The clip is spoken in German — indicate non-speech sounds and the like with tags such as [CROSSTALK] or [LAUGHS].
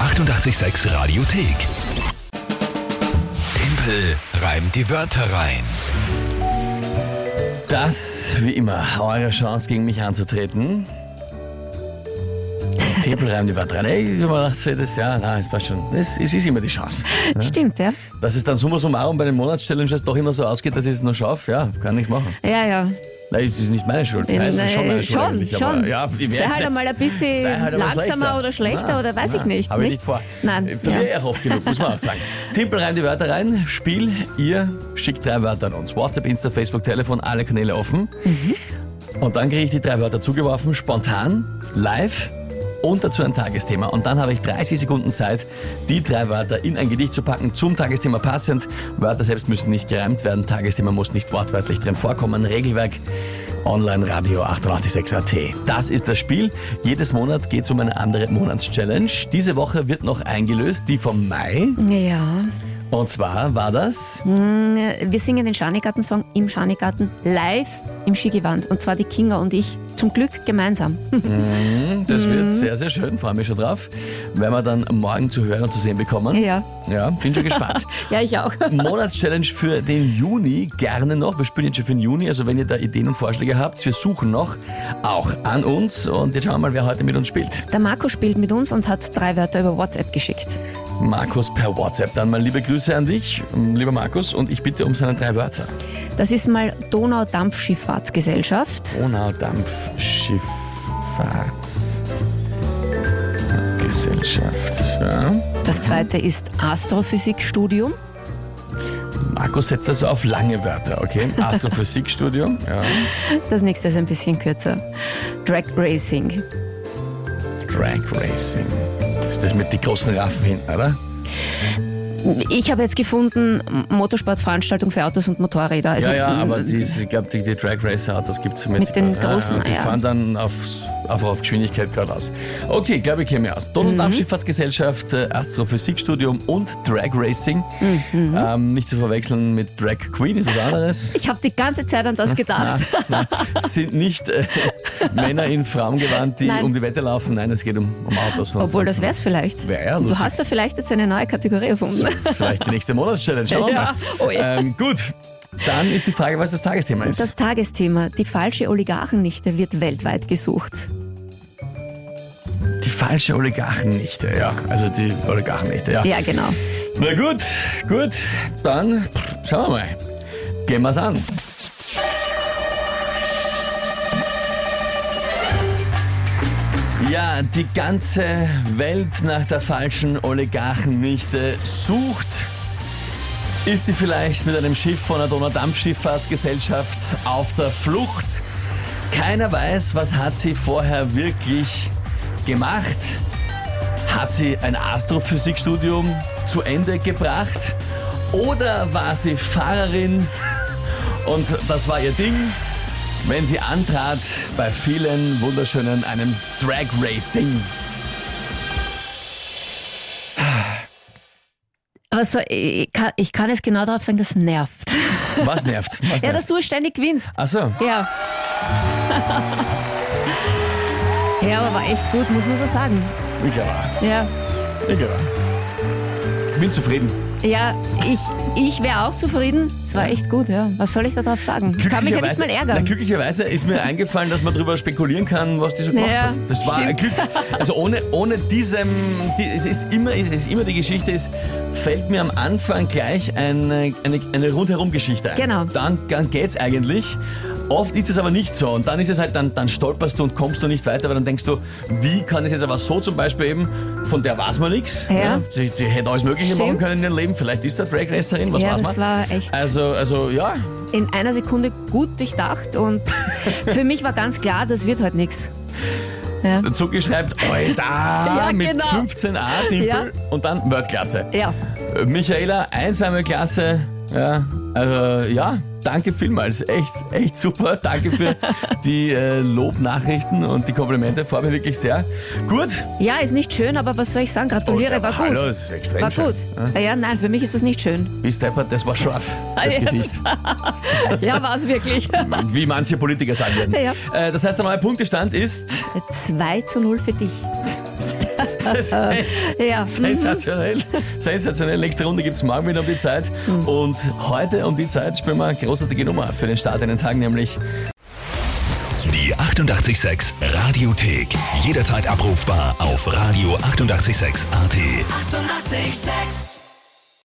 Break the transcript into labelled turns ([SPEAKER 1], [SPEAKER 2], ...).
[SPEAKER 1] 886 Radiothek. Tempel reimt die Wörter rein.
[SPEAKER 2] Das, wie immer, eure Chance gegen mich anzutreten. Tempel reimt die Wörter rein. Ey, ich hab mir gedacht, so, das, ja, na, es passt schon. Es, es ist immer die Chance.
[SPEAKER 3] Stimmt, ja.
[SPEAKER 2] Dass es dann summa summarum bei den Monatschallenges doch immer so ausgeht, dass ich es noch schaffe, ja, kann nichts machen.
[SPEAKER 3] Ja, ja.
[SPEAKER 2] Nein, es ist nicht meine Schuld. Nein, es ist schon meine Schuld.
[SPEAKER 3] schon,
[SPEAKER 2] eigentlich,
[SPEAKER 3] schon.
[SPEAKER 2] Aber, ja, ich werd's
[SPEAKER 3] sei halt
[SPEAKER 2] nicht.
[SPEAKER 3] einmal ein bisschen
[SPEAKER 2] Sei halt einmal
[SPEAKER 3] langsamer
[SPEAKER 2] schlechter.
[SPEAKER 3] oder schlechter
[SPEAKER 2] Na,
[SPEAKER 3] oder weiß ich
[SPEAKER 2] na,
[SPEAKER 3] nicht.
[SPEAKER 2] Habe ich
[SPEAKER 3] nicht?
[SPEAKER 2] nicht vor.
[SPEAKER 3] Nein,
[SPEAKER 2] Ich verliere
[SPEAKER 3] ja.
[SPEAKER 2] ja. oft genug, muss man auch
[SPEAKER 3] [LAUGHS]
[SPEAKER 2] sagen. Timpel rein die Wörter rein, Spiel, ihr schickt drei Wörter an uns. WhatsApp, Insta, Facebook, Telefon, alle Kanäle offen. Und dann kriege ich die drei Wörter zugeworfen, spontan, live und dazu ein Tagesthema. Und dann habe ich 30 Sekunden Zeit, die drei Wörter in ein Gedicht zu packen, zum Tagesthema passend. Wörter selbst müssen nicht gereimt werden, Tagesthema muss nicht wortwörtlich drin vorkommen. Regelwerk Online Radio 886 AT. Das ist das Spiel. Jedes Monat geht es um eine andere Monatschallenge. Diese Woche wird noch eingelöst, die vom Mai.
[SPEAKER 3] Ja.
[SPEAKER 2] Und zwar war das
[SPEAKER 3] Äh, Wir singen den Schanigarten-Song im Schanigarten live im Skigewand. Und zwar die Kinga und ich. Zum Glück gemeinsam.
[SPEAKER 2] Das wird sehr, sehr schön, freue mich schon drauf. Werden wir dann morgen zu hören und zu sehen bekommen.
[SPEAKER 3] Ja.
[SPEAKER 2] Ja, bin schon gespannt.
[SPEAKER 3] Ja, ich auch.
[SPEAKER 2] Monatschallenge für den Juni gerne noch. Wir spielen jetzt schon für den Juni, also wenn ihr da Ideen und Vorschläge habt, wir suchen noch auch an uns und jetzt schauen wir mal, wer heute mit uns spielt.
[SPEAKER 3] Der Marco spielt mit uns und hat drei Wörter über WhatsApp geschickt.
[SPEAKER 2] Markus per WhatsApp. Dann mal liebe Grüße an dich, lieber Markus, und ich bitte um seine drei Wörter.
[SPEAKER 3] Das ist mal Donaudampfschifffahrtsgesellschaft.
[SPEAKER 2] Donaudampfschifffahrtsgesellschaft. Ja.
[SPEAKER 3] Das zweite ist Astrophysikstudium.
[SPEAKER 2] Markus setzt also auf lange Wörter, okay? Astrophysikstudium, ja.
[SPEAKER 3] Das nächste ist ein bisschen kürzer. Drag Racing.
[SPEAKER 2] Drag Racing. Das ist das mit den großen Raffen hinten, oder?
[SPEAKER 3] Ich habe jetzt gefunden, M- Motorsportveranstaltung für Autos und Motorräder. Also,
[SPEAKER 2] ja, ja,
[SPEAKER 3] m-
[SPEAKER 2] aber die, ich glaube, die, die Drag Racer hat, das gibt es mit,
[SPEAKER 3] Mit den großen,
[SPEAKER 2] ja, Die
[SPEAKER 3] ja.
[SPEAKER 2] fahren dann aufs, einfach auf Geschwindigkeit geradeaus. Okay, glaube ich, käme aus.
[SPEAKER 3] Mhm.
[SPEAKER 2] Don- und Abschifffahrtsgesellschaft, äh, Astrophysikstudium und Drag Racing.
[SPEAKER 3] Mhm.
[SPEAKER 2] Ähm, nicht zu verwechseln mit Drag Queen, ist was anderes.
[SPEAKER 3] [LAUGHS] Ich habe die ganze Zeit an
[SPEAKER 2] Hm?
[SPEAKER 3] das gedacht.
[SPEAKER 2] Nein, sind nicht äh, Männer in Frauengewand, die
[SPEAKER 3] Nein.
[SPEAKER 2] um die Wette laufen. Nein, es geht um, um Autos. und-
[SPEAKER 3] Obwohl,
[SPEAKER 2] und-
[SPEAKER 3] das wär's vielleicht.
[SPEAKER 2] Wär ja
[SPEAKER 3] du
[SPEAKER 2] lustig.
[SPEAKER 3] hast da vielleicht jetzt eine neue Kategorie
[SPEAKER 2] So,
[SPEAKER 3] erfunden.
[SPEAKER 2] vielleicht die nächste Monatschallenge. Schauen
[SPEAKER 3] [LAUGHS]
[SPEAKER 2] wir
[SPEAKER 3] Ja,
[SPEAKER 2] mal.
[SPEAKER 3] oh ja.
[SPEAKER 2] ähm, gut, dann ist die Frage, was das Tagesthema ist.
[SPEAKER 3] Das Tagesthema, die falsche Oligarchennichte wird weltweit gesucht.
[SPEAKER 2] die falsche Oligarchennichte, ja. Also die Oligarchennichte, ja.
[SPEAKER 3] Ja, genau.
[SPEAKER 2] Na gut, gut, dann pff, schauen wir mal. Gehen wir's an. Ja, die ganze Welt nach der falschen Oligarchennichte sucht. Ist sie vielleicht mit einem Schiff von der Donaudampfschifffahrtsgesellschaft auf der Flucht? Keiner weiß, was hat sie vorher wirklich gemacht. Hat sie ein Astrophysikstudium zu Ende gebracht? Oder war sie Fahrerin und das war ihr Ding, wenn sie antrat bei vielen wunderschönen einem Drag Racing?
[SPEAKER 3] Aber so, ich, kann, ich kann es genau darauf sagen, das nervt.
[SPEAKER 2] Was nervt? Was
[SPEAKER 3] Ja, dass
[SPEAKER 2] nervt?
[SPEAKER 3] du ständig gewinnst.
[SPEAKER 2] Ach so.
[SPEAKER 3] Ja. [LAUGHS] Ja, aber war echt gut, muss man so sagen.
[SPEAKER 2] ich glaube, auch.
[SPEAKER 3] Ja.
[SPEAKER 2] ich glaube. auch. Bin zufrieden.
[SPEAKER 3] Ja, ich, ich wäre auch zufrieden. Es war echt gut, ja. Was soll ich da drauf sagen? Ich kann mich ja nicht mal
[SPEAKER 2] Na,
[SPEAKER 3] ärgern.
[SPEAKER 2] glücklicherweise ist mir eingefallen, dass man darüber spekulieren kann, was die so gemacht
[SPEAKER 3] Ja,
[SPEAKER 2] hat. Das war ein
[SPEAKER 3] stimmt.
[SPEAKER 2] Glück. Also ohne, ohne diesem, die, es, ist immer, es ist immer die Geschichte, ist, fällt mir am Anfang gleich eine, eine, eine Rundherum-Geschichte ein.
[SPEAKER 3] Genau.
[SPEAKER 2] Dann, dann geht's eigentlich. Oft ist es aber nicht so und dann ist es halt, dann, dann stolperst du und kommst du nicht weiter, weil dann denkst du, wie kann es jetzt aber so zum Beispiel eben, von der weiß man nichts,
[SPEAKER 3] Ja.
[SPEAKER 2] die, die hätte alles Mögliche machen
[SPEAKER 3] Stimmt.
[SPEAKER 2] können in ihrem Leben, vielleicht ist der Drag Racerin, was
[SPEAKER 3] Ja,
[SPEAKER 2] weiß man.
[SPEAKER 3] das war echt
[SPEAKER 2] also, also ja,
[SPEAKER 3] in einer Sekunde gut durchdacht und
[SPEAKER 2] [LAUGHS]
[SPEAKER 3] für mich war ganz klar, das wird heute nichts. Ja.
[SPEAKER 2] Der Zucki schreibt, Alter,
[SPEAKER 3] [LAUGHS]
[SPEAKER 2] mit
[SPEAKER 3] genau.
[SPEAKER 2] 15a Timpel
[SPEAKER 3] Ja.
[SPEAKER 2] und dann Wordklasse.
[SPEAKER 3] ja.
[SPEAKER 2] Äh, Michaela, einsame Klasse. Ja, also, ja, danke vielmals. Echt, echt super. [LAUGHS] Danke für die äh, Lobnachrichten und die Komplimente. Freut mich wirklich sehr. Gut.
[SPEAKER 3] Ja, ist nicht schön, aber was soll ich sagen? Gratuliere,
[SPEAKER 2] Und,
[SPEAKER 3] war
[SPEAKER 2] äh, hallo,
[SPEAKER 3] gut.
[SPEAKER 2] das ist Hm? extrem
[SPEAKER 3] War
[SPEAKER 2] schön.
[SPEAKER 3] gut. Ja, ja, nein, für mich ist das
[SPEAKER 2] [LAUGHS]
[SPEAKER 3] nicht schön.
[SPEAKER 2] Bis deppert, das war scharf, das
[SPEAKER 3] Ah, ja,
[SPEAKER 2] Gedicht.
[SPEAKER 3] Ja, war es wirklich.
[SPEAKER 2] Wie manche Politiker sagen werden.
[SPEAKER 3] Ja. [LAUGHS]
[SPEAKER 2] Äh, das heißt, der neue Punktestand ist
[SPEAKER 3] 2 zu 0 für dich.
[SPEAKER 2] [LAUGHS] Das ist echt
[SPEAKER 3] Ja.
[SPEAKER 2] sensationell. Sensationell. Nächste Runde gibt es morgen wieder um die Zeit. Und heute um die Zeit spielen wir eine großartige Nummer für den Start in den Tag, nämlich
[SPEAKER 1] Die 886 Radiothek. Jederzeit abrufbar auf radio886.at. 886!
[SPEAKER 4] 886